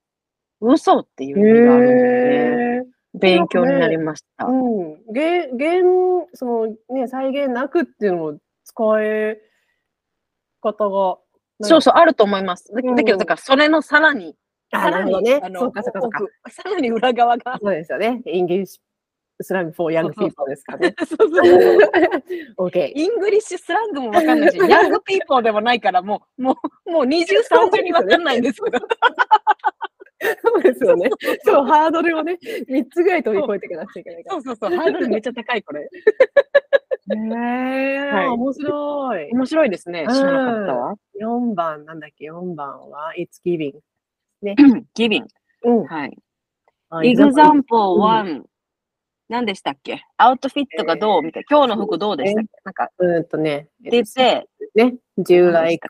[SPEAKER 2] 嘘っていう意味があるんですね。
[SPEAKER 1] へえ
[SPEAKER 2] 勉強になりました。
[SPEAKER 1] うん。げ、げん、そのね、再現なくっていうのも使え方が。
[SPEAKER 2] そうそう、あると思います。だだけ
[SPEAKER 1] う
[SPEAKER 2] ど、
[SPEAKER 1] ん
[SPEAKER 2] だからそれのさらに、
[SPEAKER 1] あ
[SPEAKER 3] さ
[SPEAKER 1] な
[SPEAKER 3] ら
[SPEAKER 1] るほど
[SPEAKER 3] に、
[SPEAKER 1] ね
[SPEAKER 3] あ。の、
[SPEAKER 1] そうかそうかそうか。
[SPEAKER 3] 奥さらに裏側が。
[SPEAKER 1] そうですよね。イングリッシュスラング for young
[SPEAKER 3] そう
[SPEAKER 1] people ですからね。
[SPEAKER 3] そうそうそう
[SPEAKER 1] OK。
[SPEAKER 3] イングリッシュスラングもわかんないし、 *laughs* ヤングピーポーでもないから、もう、もう、もう二重三重にわかんないんですけど。
[SPEAKER 1] そうですよね。そう、ハードルをね、3つぐらい飛び越えていかなくちゃいけないか
[SPEAKER 3] *laughs* そうそうそう、ハードルめっちゃ高い、これ。
[SPEAKER 1] ら。へ
[SPEAKER 3] はい
[SPEAKER 1] ー、面白
[SPEAKER 3] *laughs*
[SPEAKER 1] い。
[SPEAKER 3] 面白いですね。知らなかったわ。
[SPEAKER 1] 4番、なんだっけ、4番は、It's giving。
[SPEAKER 2] giving。
[SPEAKER 1] うん。
[SPEAKER 2] はい。
[SPEAKER 1] あ
[SPEAKER 2] example
[SPEAKER 1] うん
[SPEAKER 2] one。何でしたっけアウトフィットがどうみたいな。今日の服どうでしたっけなんか、っ
[SPEAKER 1] うーんとね、
[SPEAKER 2] て言って、
[SPEAKER 1] ね、Do you
[SPEAKER 2] 何でし
[SPEAKER 1] like,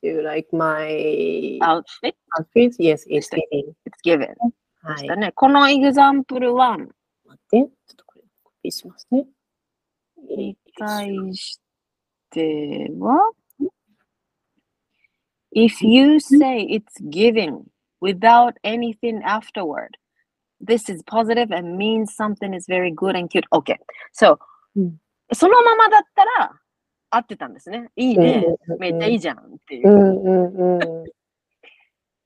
[SPEAKER 1] do you like my
[SPEAKER 2] アウトフィッ
[SPEAKER 1] outfit? Yes, it's giving.
[SPEAKER 2] t given
[SPEAKER 1] はい。
[SPEAKER 2] でし
[SPEAKER 1] 待
[SPEAKER 2] たね。この example one
[SPEAKER 1] って、ちょっとこれコピーしますね。
[SPEAKER 2] に対しては、If you say it's giving without anything afterward, this is positive and means something is very good and cute. Okay. So,
[SPEAKER 1] うん
[SPEAKER 2] そのままだったら合ってたんですね。いいね。めっちゃいい
[SPEAKER 1] じ
[SPEAKER 2] じゃんっていうう。
[SPEAKER 1] んうんうん。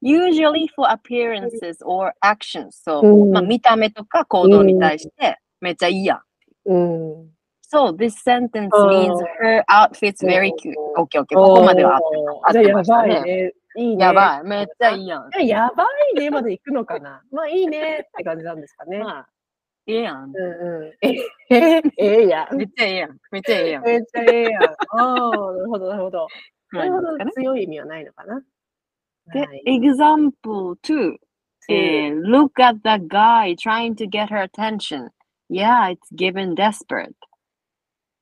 [SPEAKER 2] usually for appearances or
[SPEAKER 1] う
[SPEAKER 2] actions. So,
[SPEAKER 1] ん
[SPEAKER 2] まあ、見た目とか行動に対してめっちゃいいやん。
[SPEAKER 1] うん。
[SPEAKER 2] So, this sentence
[SPEAKER 1] あー
[SPEAKER 2] means her outfit's very cute.
[SPEAKER 1] うん Oh.
[SPEAKER 2] Okay, okay. ここまでは合っ
[SPEAKER 1] じゃあ
[SPEAKER 2] て
[SPEAKER 1] や
[SPEAKER 2] ました
[SPEAKER 1] ば
[SPEAKER 2] ね
[SPEAKER 1] いね。いいね。
[SPEAKER 2] やばい。めっちゃいいやん。
[SPEAKER 1] い。やばいねまで行くのか *laughs* な。まあいいねって感じなんですかね。
[SPEAKER 2] まあ、ええやん。
[SPEAKER 1] うんうん。え、え、ええやん。
[SPEAKER 2] め
[SPEAKER 1] め
[SPEAKER 2] っちゃええやん。めっちゃええやん。
[SPEAKER 1] っちゃええやん。ああ、なるほど、なるほど。なるほど、強い意味はないのかな。
[SPEAKER 2] で
[SPEAKER 1] はい、
[SPEAKER 2] example two. Eh, look at that guy trying to get her attention. Yeah, it's given desperate.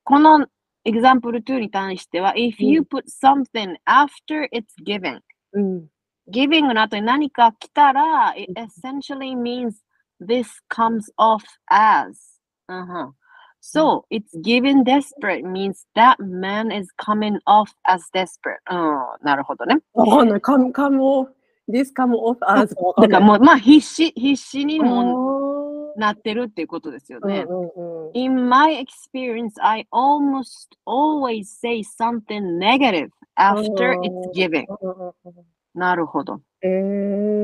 [SPEAKER 2] この example 2に関しては、if you put something after it's given.
[SPEAKER 1] うん。
[SPEAKER 2] giving の後に何か来たら、it essentially means this comes off as. うんうん So, it's given desperate means that man is coming off as desperate. うん、なるほどね。
[SPEAKER 1] わかんない。かん、かも、this come off as わか
[SPEAKER 2] だ
[SPEAKER 1] ん
[SPEAKER 2] か
[SPEAKER 1] ない
[SPEAKER 2] らもう、まあ、必死、必死にも
[SPEAKER 1] も
[SPEAKER 2] なってるっていうことですよ
[SPEAKER 1] う
[SPEAKER 2] ね。
[SPEAKER 1] うんうん
[SPEAKER 2] In my experience, I almost always say something negative after
[SPEAKER 1] うん
[SPEAKER 2] it's given.
[SPEAKER 1] うん。
[SPEAKER 2] なるほど。
[SPEAKER 1] え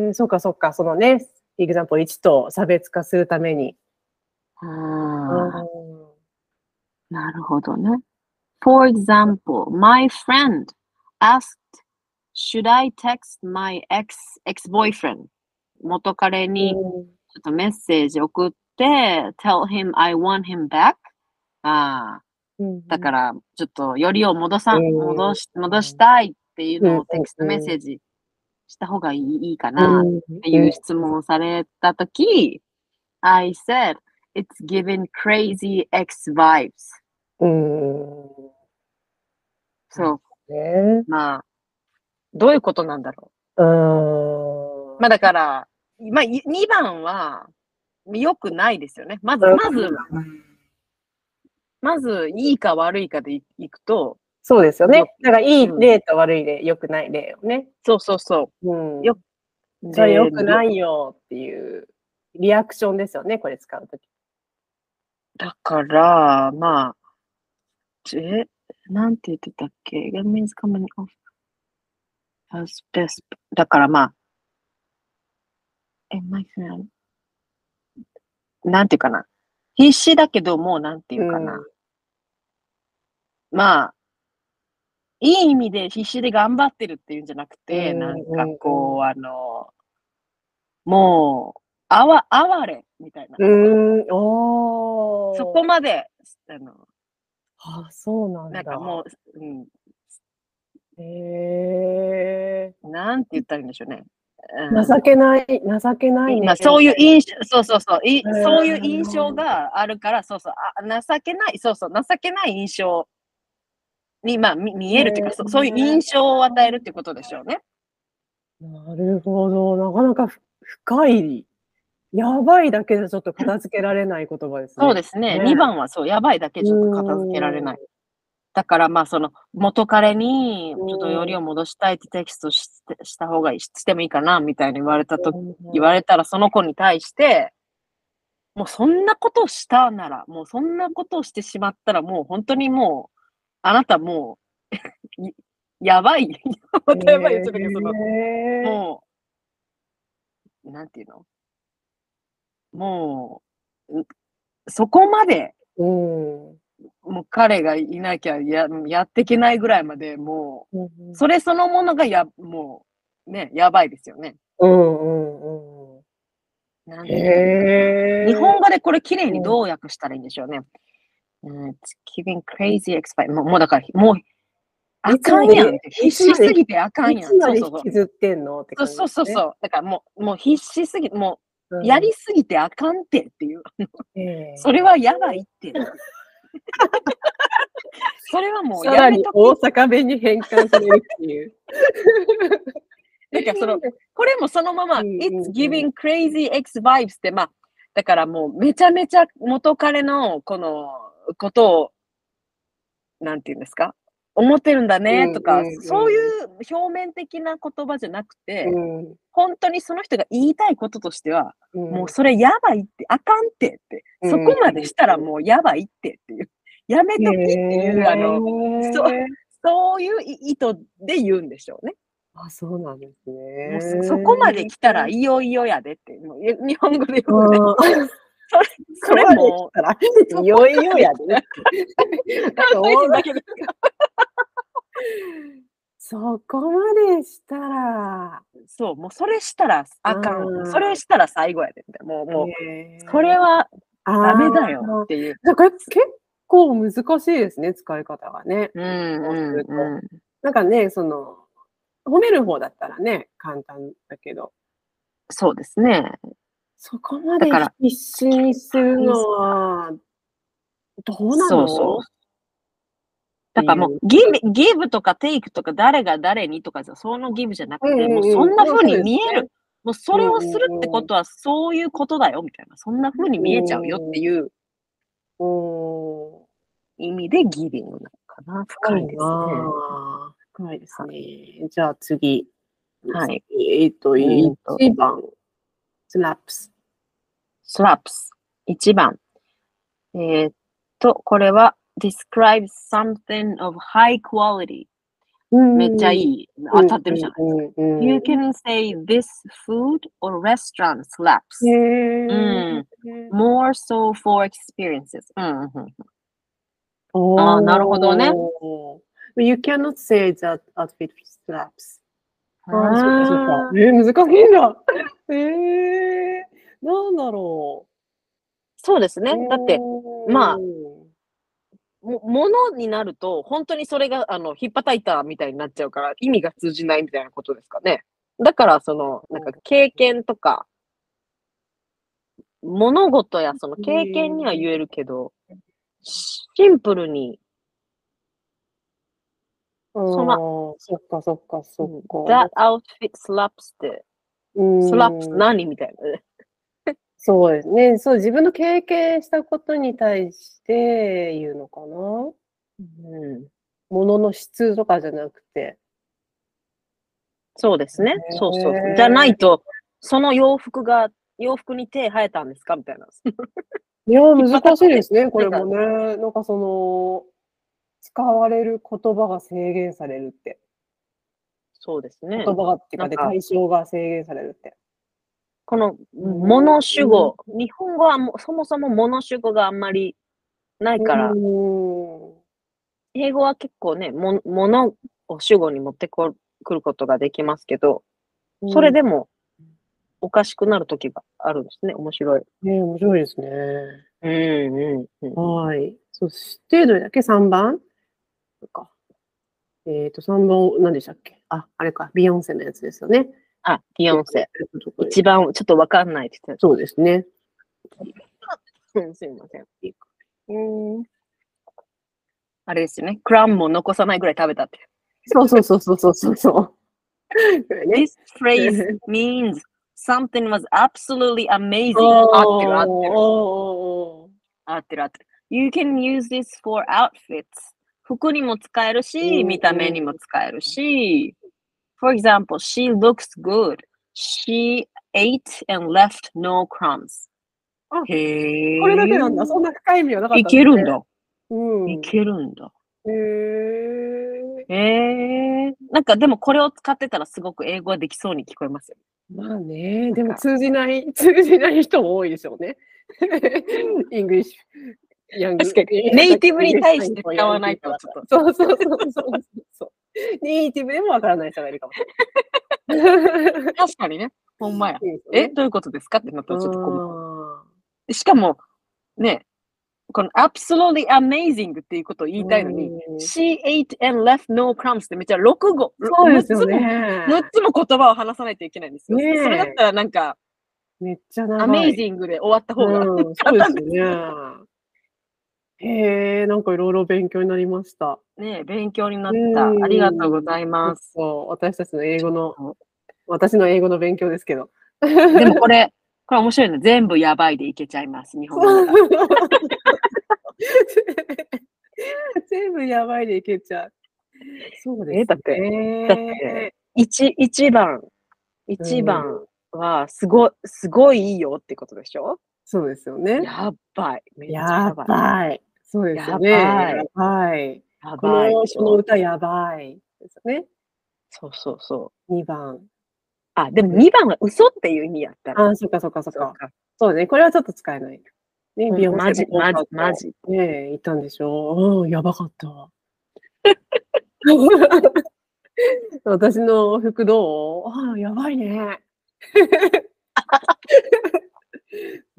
[SPEAKER 1] ー、そうかそうか、そのね、エグザンプル1と差別化するために。、
[SPEAKER 2] うんなるほどね。For example, my friend asked, should I text my ex, ex-boyfriend? 元彼にちょっとメッセージ送って、tell him I want him back. ああ、だからら、ちょっと、よりを戻さ、
[SPEAKER 1] うん
[SPEAKER 2] 戻し、戻したいっていうのをテキスト
[SPEAKER 1] うんうん
[SPEAKER 2] メ
[SPEAKER 1] うん
[SPEAKER 2] ッセージした方がいいいいかなっ
[SPEAKER 1] うん
[SPEAKER 2] ていう質問をされたとき、I said, it's giving crazy ex vibes.
[SPEAKER 1] うん。
[SPEAKER 2] そう、
[SPEAKER 1] ね。
[SPEAKER 2] まあ、どういうことなんだろ
[SPEAKER 1] う
[SPEAKER 2] う。
[SPEAKER 1] ん。
[SPEAKER 2] まあだから、まあ、2番は、良くないですよね。まず、
[SPEAKER 1] うん
[SPEAKER 2] まず、まず、いいか悪いかでいいくと、
[SPEAKER 1] そうですよね
[SPEAKER 2] よ。
[SPEAKER 1] だから、いい
[SPEAKER 2] うん
[SPEAKER 1] 例と悪い例、良くない例をね。
[SPEAKER 2] そうそうそ
[SPEAKER 1] うん。
[SPEAKER 2] よ
[SPEAKER 1] それ良く
[SPEAKER 2] い
[SPEAKER 1] ないよっていうリアクションですよね、これ使うとき。
[SPEAKER 2] だから、まあ、ちえ、なんて言ってたっけ ?That means coming off as best. だからまあ、え、マインなんていうかな。必死だけど、もうなんていうかな。まあ、いい意味で必死で頑張ってるっていうんじゃなくて、
[SPEAKER 1] うん
[SPEAKER 2] なんかこう、あの、もう、あわ、哀れ、みたいな。
[SPEAKER 1] うん。うん、おー
[SPEAKER 2] そこまで、あの、
[SPEAKER 1] あ、そうなん
[SPEAKER 2] な
[SPEAKER 1] だ。
[SPEAKER 2] んかもう、うん、
[SPEAKER 1] へえ
[SPEAKER 2] なんて言ったらいいんでしょうね。うん
[SPEAKER 1] 情けない、情けないね。
[SPEAKER 2] まあ、そういう印象、そうそうそう、い
[SPEAKER 1] うん
[SPEAKER 2] そういう印象があるから、そうそう、あ情けない、そうそう、情けない印象に、まあ、み見えるというか、そ
[SPEAKER 1] うん
[SPEAKER 2] そういう印象を与えるっていうことでしょうね。
[SPEAKER 1] なるほど。なかなかふ深い。やばいだけでちょっと片付けられない言葉ですね。
[SPEAKER 2] そうですね。
[SPEAKER 1] ね
[SPEAKER 2] 2番はそう、やばいだけちょっと片付けられない。だからまあ、その、元彼に、ちょっとよりを戻したいってテキストしてした方がいい、してもいいかな、みたいに言われたと言われたらその子に対して、もうそんなことをしたなら、もうそんなことをしてしまったら、もう本当にもう、あなたもう、 *laughs* いやばい。またやばい言っちゃったけど、その、
[SPEAKER 1] へー
[SPEAKER 2] もう、なんていうのもう、んそこまで、
[SPEAKER 1] うん
[SPEAKER 2] もう彼がいなきゃややっていけないぐらいまで、も
[SPEAKER 1] うん
[SPEAKER 2] う、それそのものがや、もう、ね、やばいですよね。
[SPEAKER 1] うんうん。
[SPEAKER 2] なんて
[SPEAKER 1] へ
[SPEAKER 2] いうのかな
[SPEAKER 1] ー
[SPEAKER 2] 日本語でこれ綺麗にどう訳したらいいんでしょうね。うん、it's giving crazy expect. もうもうだから、もう、あかんやんって。必
[SPEAKER 1] いつま
[SPEAKER 2] 死
[SPEAKER 1] です
[SPEAKER 2] ぎてあかん
[SPEAKER 1] い
[SPEAKER 2] やん。
[SPEAKER 1] つま
[SPEAKER 2] そう
[SPEAKER 1] で
[SPEAKER 2] そう
[SPEAKER 1] 引きずってんのって
[SPEAKER 2] そ
[SPEAKER 1] 感
[SPEAKER 2] う。
[SPEAKER 1] じ
[SPEAKER 2] そうそう
[SPEAKER 1] です
[SPEAKER 2] そう。だからもう、もう必死すぎて、も
[SPEAKER 1] ね
[SPEAKER 2] う、やりすぎてあかんってっていう。
[SPEAKER 1] うんえー
[SPEAKER 2] それはやばいって。 *laughs* それはもう
[SPEAKER 1] さ
[SPEAKER 2] や
[SPEAKER 1] ら
[SPEAKER 2] め
[SPEAKER 1] に
[SPEAKER 2] と
[SPEAKER 1] 大
[SPEAKER 2] き。
[SPEAKER 1] 阪弁に変換されるって
[SPEAKER 2] *laughs*
[SPEAKER 1] いう。
[SPEAKER 2] なんかその、これもそのまま、
[SPEAKER 1] うんうんうん
[SPEAKER 2] It's giving crazy ex vibes って、まあ、だからもうめちゃめちゃ元彼のこのことを、なんて言うんですか思ってるんだねとか、
[SPEAKER 1] うんうんうん
[SPEAKER 2] そういう表面的な言葉じゃなくて、
[SPEAKER 1] うん
[SPEAKER 2] 本当にその人が言いたいこととしては、
[SPEAKER 1] うん
[SPEAKER 2] もうそれやばいって、あかんってって、
[SPEAKER 1] うん
[SPEAKER 2] そこまでしたらもうやばいってっていう、やめときっていう、あの、
[SPEAKER 1] へー
[SPEAKER 2] そうそういう意図で言うんでしょうね。
[SPEAKER 1] あ、そうなんです
[SPEAKER 2] も
[SPEAKER 1] ね
[SPEAKER 2] う。そそこまで来たら
[SPEAKER 1] い
[SPEAKER 2] いよいよやでって、もうえ日本語で言う *laughs* とね、
[SPEAKER 1] そ
[SPEAKER 2] それ
[SPEAKER 1] こまで
[SPEAKER 2] も
[SPEAKER 1] 来、たらいよい
[SPEAKER 2] *laughs*
[SPEAKER 1] よやでね。
[SPEAKER 2] だけど
[SPEAKER 1] そこまでしたら、
[SPEAKER 2] そう、もうそれしたらあか
[SPEAKER 1] うん
[SPEAKER 2] ん。それしたら最後やでみたいな。もう、もう、
[SPEAKER 1] ね
[SPEAKER 2] これはダメだよ
[SPEAKER 1] あー
[SPEAKER 2] っていう。
[SPEAKER 1] だから結構難しいですね、使い方がね。
[SPEAKER 2] うんうんうん。
[SPEAKER 1] なんかね、その、褒める方だったらね、簡単だけど、
[SPEAKER 2] そうですね。
[SPEAKER 1] そこまで
[SPEAKER 2] だから
[SPEAKER 1] 必死にするのは、どうなの
[SPEAKER 2] そうそう。だからもう、ギブ、ギブとかテイクとか、誰が誰にとかさ、そのギブじゃなく
[SPEAKER 1] うんうん
[SPEAKER 2] て、
[SPEAKER 1] うん
[SPEAKER 2] もうそんな風に見え
[SPEAKER 1] そうです
[SPEAKER 2] る。もうそれをするってことは、そういうことだよ、みたいな。そんな風に見えちゃうよっていう
[SPEAKER 1] う。うん。
[SPEAKER 2] 意味でギビングなのかな。深いですね。
[SPEAKER 1] あー深いですね。じゃあ次。
[SPEAKER 2] はい。
[SPEAKER 1] えっと、
[SPEAKER 2] んと
[SPEAKER 1] 1番。スラップス。
[SPEAKER 2] スラップス。1番。えーっと、これは、describe something of high quality。めっちゃい
[SPEAKER 1] い。
[SPEAKER 2] い。当たってるじゃない。
[SPEAKER 1] ない
[SPEAKER 2] You can say this food or restaurant slaps.
[SPEAKER 1] へ
[SPEAKER 2] うん
[SPEAKER 1] え。
[SPEAKER 2] More so for experiences. うんうんうん
[SPEAKER 1] おー
[SPEAKER 2] あーなるほどね。
[SPEAKER 1] You cannot say that outfit slaps. ーそっかそっか
[SPEAKER 2] あー
[SPEAKER 1] えー、難しいな。 *laughs* えー、なんだろ
[SPEAKER 2] そうですね
[SPEAKER 1] う。。
[SPEAKER 2] だって、
[SPEAKER 1] うーん
[SPEAKER 2] まあ、もものになると、本当にそれが、あの、ひっぱたいたみたいになっちゃうから、意味が通じないみたいなことですかね。だから、その、なんか、経験とか、物事やその経験には言えるけど、シンプルに、
[SPEAKER 1] そ
[SPEAKER 2] んな
[SPEAKER 1] そっかそっかそっか
[SPEAKER 2] that。outfit slaps って、
[SPEAKER 1] うん
[SPEAKER 2] slaps 何みたいなね。
[SPEAKER 1] そうですね。そう、自分の経験したことに対して言うのかな。も
[SPEAKER 2] うん、
[SPEAKER 1] のの質とかじゃなくて。
[SPEAKER 2] そうですね。そうそう
[SPEAKER 1] へ。ー
[SPEAKER 2] じゃないと、その洋服が、洋服に手生えたんですかみたい *laughs* な。
[SPEAKER 1] いやー、難しいですね、これ
[SPEAKER 2] なん
[SPEAKER 1] も
[SPEAKER 2] か
[SPEAKER 1] ね。なんかその、使われる言葉が制限されるって。
[SPEAKER 2] そうですね
[SPEAKER 1] 言。葉がっていうかで、
[SPEAKER 2] なんか
[SPEAKER 1] 対象が制限されるって。
[SPEAKER 2] この、物主語、日本語はもうそもそも物主語があんまりないから、
[SPEAKER 1] うーん
[SPEAKER 2] 英語は結構ね、も物を主語に持ってこくることができますけど、それ、でもおかしくなる時があるんですね。面白い。
[SPEAKER 1] うんね、面白いですね。
[SPEAKER 2] うんうんうん。
[SPEAKER 1] はい。そして、どれだっけ ?3 番そっか。えっ、と、3番、何でしたっけあ、あれか、ビヨンセのやつですよね。
[SPEAKER 2] あ、ビヨンセ。。
[SPEAKER 1] 一
[SPEAKER 2] 一番、ちょっとわかんないって言って
[SPEAKER 1] そうですね。
[SPEAKER 2] た。うんすみません。あれですよね。クランも残さないぐらい食べたって。
[SPEAKER 1] そうそうそうそうそうそうそう。
[SPEAKER 2] *laughs*
[SPEAKER 1] これね
[SPEAKER 2] This *laughs* phrase means something was absolutely amazing. 合ってる合
[SPEAKER 1] おーおーお
[SPEAKER 2] ってる。
[SPEAKER 1] ーおー
[SPEAKER 2] 合ってる合ってる。You can use this for outfits. 服にも使える
[SPEAKER 1] うんう
[SPEAKER 2] し、
[SPEAKER 1] ん
[SPEAKER 2] 見た目にも使えるし。For example, she looks good. She ate and left no crumbs.
[SPEAKER 1] あ
[SPEAKER 2] へえ。
[SPEAKER 1] これだけなんだ。そんな深い意味はなかった、
[SPEAKER 2] いけるん。だ。
[SPEAKER 1] うん。
[SPEAKER 2] いけるんだ。
[SPEAKER 1] へー
[SPEAKER 2] へえ。なんかでもこれを使ってたらすごく英語はできそうに聞こえますよ。
[SPEAKER 1] まあね、でも通じない、 *laughs* 通じない人も多いでしょ
[SPEAKER 3] *laughs*
[SPEAKER 1] うね。イングリッシュ。ヤング
[SPEAKER 3] 確かにネイティブに対して使わないとちょっ
[SPEAKER 1] そうそうそうそうそう。ネイティブでもわからない人がいるかも
[SPEAKER 3] *laughs*
[SPEAKER 1] しれない。
[SPEAKER 2] *laughs* 確かにね。ほんまや。え、
[SPEAKER 1] え
[SPEAKER 2] どういうことですかってなった
[SPEAKER 1] ちょ
[SPEAKER 2] ら
[SPEAKER 1] っ
[SPEAKER 2] ちょっと困る。
[SPEAKER 1] と
[SPEAKER 2] しかも、ね、この absolutely amazing っていうことを言いたいのに、she ate and left no crumbs ってめっちゃ6語、
[SPEAKER 1] そうですよ
[SPEAKER 2] 6
[SPEAKER 1] ね
[SPEAKER 2] つ。も。6つも言葉を話さないといけないんですよ。
[SPEAKER 1] ねえ
[SPEAKER 2] それだったらなんか、
[SPEAKER 1] めっちゃ長い。
[SPEAKER 2] amazing で終わった方が、
[SPEAKER 1] うんそうです
[SPEAKER 3] *laughs*
[SPEAKER 1] よね。へえ、なんかいろいろ勉強になりました。
[SPEAKER 2] ねえ、勉強になっ
[SPEAKER 1] うん
[SPEAKER 2] た。ありがとうございます。
[SPEAKER 1] そう、私たちの英語の
[SPEAKER 2] そ、
[SPEAKER 1] 私の英語の勉強ですけど。
[SPEAKER 2] でもこれ、これ面白いね。全部やばいでいけちゃいます。日本語が。
[SPEAKER 1] *laughs* 全部やばいでいけちゃう。そうです、ね。
[SPEAKER 2] えだって
[SPEAKER 1] ね
[SPEAKER 2] だって、1、一番、一
[SPEAKER 1] う
[SPEAKER 2] 番は、すごい、すごいいいよってことでしょ
[SPEAKER 1] そうですよね。
[SPEAKER 2] やっばい。めっちゃ
[SPEAKER 1] やばい。そうですよね。
[SPEAKER 2] やばい
[SPEAKER 1] やばい。
[SPEAKER 2] や
[SPEAKER 1] こ
[SPEAKER 2] ばい
[SPEAKER 1] の
[SPEAKER 2] でし
[SPEAKER 1] この
[SPEAKER 2] ょ。
[SPEAKER 1] 歌やばい。ですよね。
[SPEAKER 2] そうそうそう。
[SPEAKER 1] 2番。
[SPEAKER 2] あ、でも2番は嘘っていう意味やったら。
[SPEAKER 1] あ、そっかそっかそっ
[SPEAKER 2] そう
[SPEAKER 1] か。
[SPEAKER 2] か。
[SPEAKER 1] そうね。これはちょっと使えない。ね、
[SPEAKER 2] うん
[SPEAKER 1] ビヨンセ
[SPEAKER 2] マジ、
[SPEAKER 1] も
[SPEAKER 2] マジ、マ。ジ。
[SPEAKER 1] *laughs* ねえ、いたんでしょうん、やばかったわ。私の服どうああ、やばいね。 *laughs*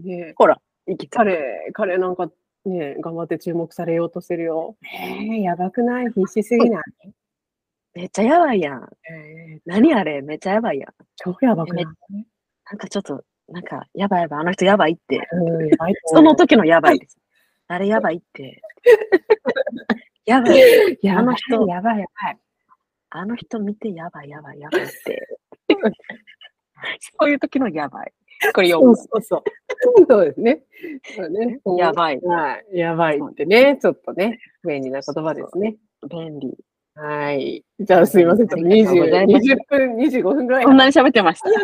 [SPEAKER 1] ねえ
[SPEAKER 2] ほら、いきた。
[SPEAKER 1] 彼、彼なんかね、頑張って注目されようとしてるよ。ええやばくない必死すぎない、
[SPEAKER 2] めっちゃやばいやん。
[SPEAKER 1] ええ
[SPEAKER 2] 何あれめっちゃやばいやん。
[SPEAKER 1] 超やばくない、
[SPEAKER 2] なんかちょっと、なんか、やばいやばい、あの人やばいって。
[SPEAKER 1] うん、やばいと
[SPEAKER 2] そ
[SPEAKER 1] 思
[SPEAKER 2] の
[SPEAKER 1] う
[SPEAKER 2] 時のやばいです。あれやばい *laughs* って。やばい。
[SPEAKER 1] やばい
[SPEAKER 2] あの人
[SPEAKER 1] やばいやばい。
[SPEAKER 2] あの人見てやばいやばいやばいって。 *laughs* そういう時のやばい。これ
[SPEAKER 1] そう
[SPEAKER 2] 読
[SPEAKER 1] そうそう。そうですね。そうね
[SPEAKER 2] む。やばい。
[SPEAKER 1] はい。やばいってね、ちょっとね、便利な言葉ですね。
[SPEAKER 2] 便利。
[SPEAKER 1] はい。じゃあすいません、ちょっと
[SPEAKER 2] ありがとうござ
[SPEAKER 1] 20
[SPEAKER 2] いまし
[SPEAKER 1] 20分、25分ぐらい
[SPEAKER 2] こんなに喋ってました。
[SPEAKER 1] ち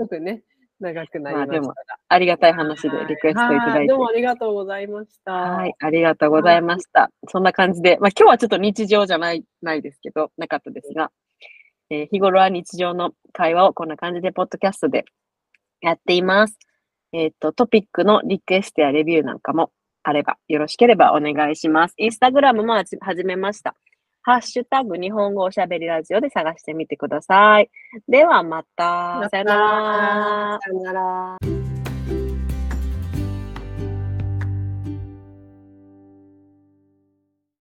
[SPEAKER 1] ょっとね、長くなり
[SPEAKER 2] まあ
[SPEAKER 1] ました
[SPEAKER 2] で
[SPEAKER 1] が。
[SPEAKER 2] もありがたい話でリクエストいただ
[SPEAKER 1] はいい
[SPEAKER 2] て
[SPEAKER 1] どう。もありがとうございました。
[SPEAKER 2] はい、ありがとうございました。そんな感じで、まあ今日はちょっと日常じゃない、ないですけど、なかったですが、えー日頃は日常の会話をこんな感じで、ポッドキャストでやっています。えっ、と、トピックのリクエストやレビューなんかもあれば、よろしければお願いします。インスタグラムもはじ始めました。ハッシュタグ日本語おしゃべりラジオで探してみてください。ではまた。
[SPEAKER 1] また
[SPEAKER 2] さよなら。
[SPEAKER 1] さよなら。